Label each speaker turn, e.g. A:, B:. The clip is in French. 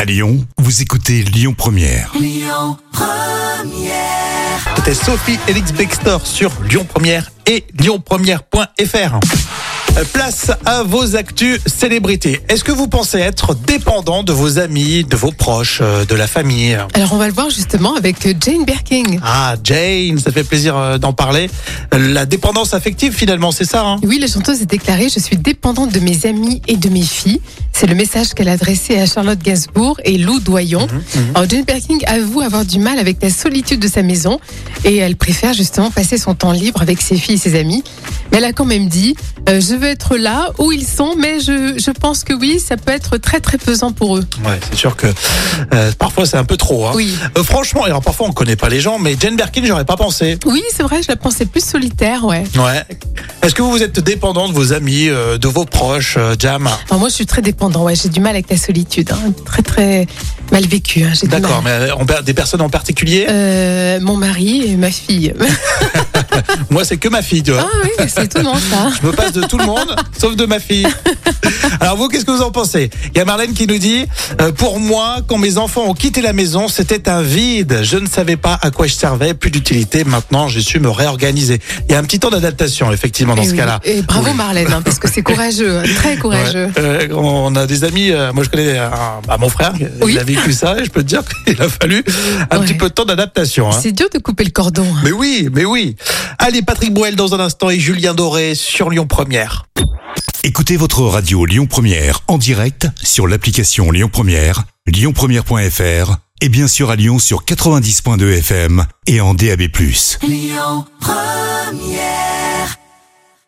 A: À Lyon, vous écoutez Lyon Première.
B: C'était Sophie Elix Bextor sur Lyon Première et lyonpremière.fr. Euh, Place à vos actus célébrités. Est-ce que vous pensez être dépendant de vos amis, de vos proches, euh, de la famille
C: Alors on va le voir justement avec euh, Jane Birkin.
B: Ah, Jane, ça fait plaisir euh, d'en parler. Euh, La dépendance affective, finalement, c'est ça. hein
C: Oui, la chanteuse a déclaré Je suis dépendante de mes amis et de mes filles. C'est le message qu'elle a adressé à Charlotte Gainsbourg et Lou Doyon. Alors, Jane Birkin avoue avoir du mal avec la solitude de sa maison et elle préfère justement passer son temps libre avec ses filles et ses amis. Mais elle a quand même dit euh, Je veux être là où ils sont, mais je, je pense que oui, ça peut être très très pesant pour eux.
B: ouais, c'est sûr que euh, parfois c'est un peu trop. hein.
C: Oui.
B: Euh, franchement, et alors parfois on connaît pas les gens, mais Jane Birkin, j'aurais pas pensé.
C: Oui, c'est vrai, je la pensais plus solitaire, ouais.
B: Ouais. Est-ce que vous vous êtes dépendant de vos amis, euh, de vos proches, euh, Jam
C: Alors moi, je suis très dépendant. Ouais, j'ai du mal avec la solitude. hein. Très très mal vécu. hein, j'ai du
B: D'accord,
C: mal.
B: mais euh, en per- des personnes en particulier
C: Euh, mon mari et ma fille.
B: Moi, c'est que ma fille, tu vois.
C: ah oui, mais c'est étonnant ça.
B: Je me passe de tout le monde, sauf de ma fille. Alors vous, qu'est-ce que vous en pensez Il y a Marlène qui nous dit euh, Pour moi, quand mes enfants ont quitté la maison, c'était un vide. Je ne savais pas à quoi je servais, plus d'utilité. Maintenant, j'ai su me réorganiser. Il y a un petit temps d'adaptation, effectivement, dans
C: Et
B: ce
C: oui.
B: cas-là.
C: Et bravo
B: Oui.
C: Marlène, hein, parce que c'est courageux, hein, très courageux.
B: Ouais. Euh, on a des amis, euh, moi je connais un- bah, mon frère,
C: Oui.
B: il a vécu ça, et je peux te dire qu'il a fallu un
C: Ouais.
B: petit peu de temps d'adaptation. hein.
C: C'est dur de couper le cordon. hein.
B: Mais oui, mais oui. Allez, Patrick Bruel dans un instant et Julien Doré sur Lyon Première.
A: Écoutez votre radio Lyon Première en direct sur l'application Lyon Première, lyonpremière.fr et bien sûr à Lyon sur 90.2 FM et en DAB+.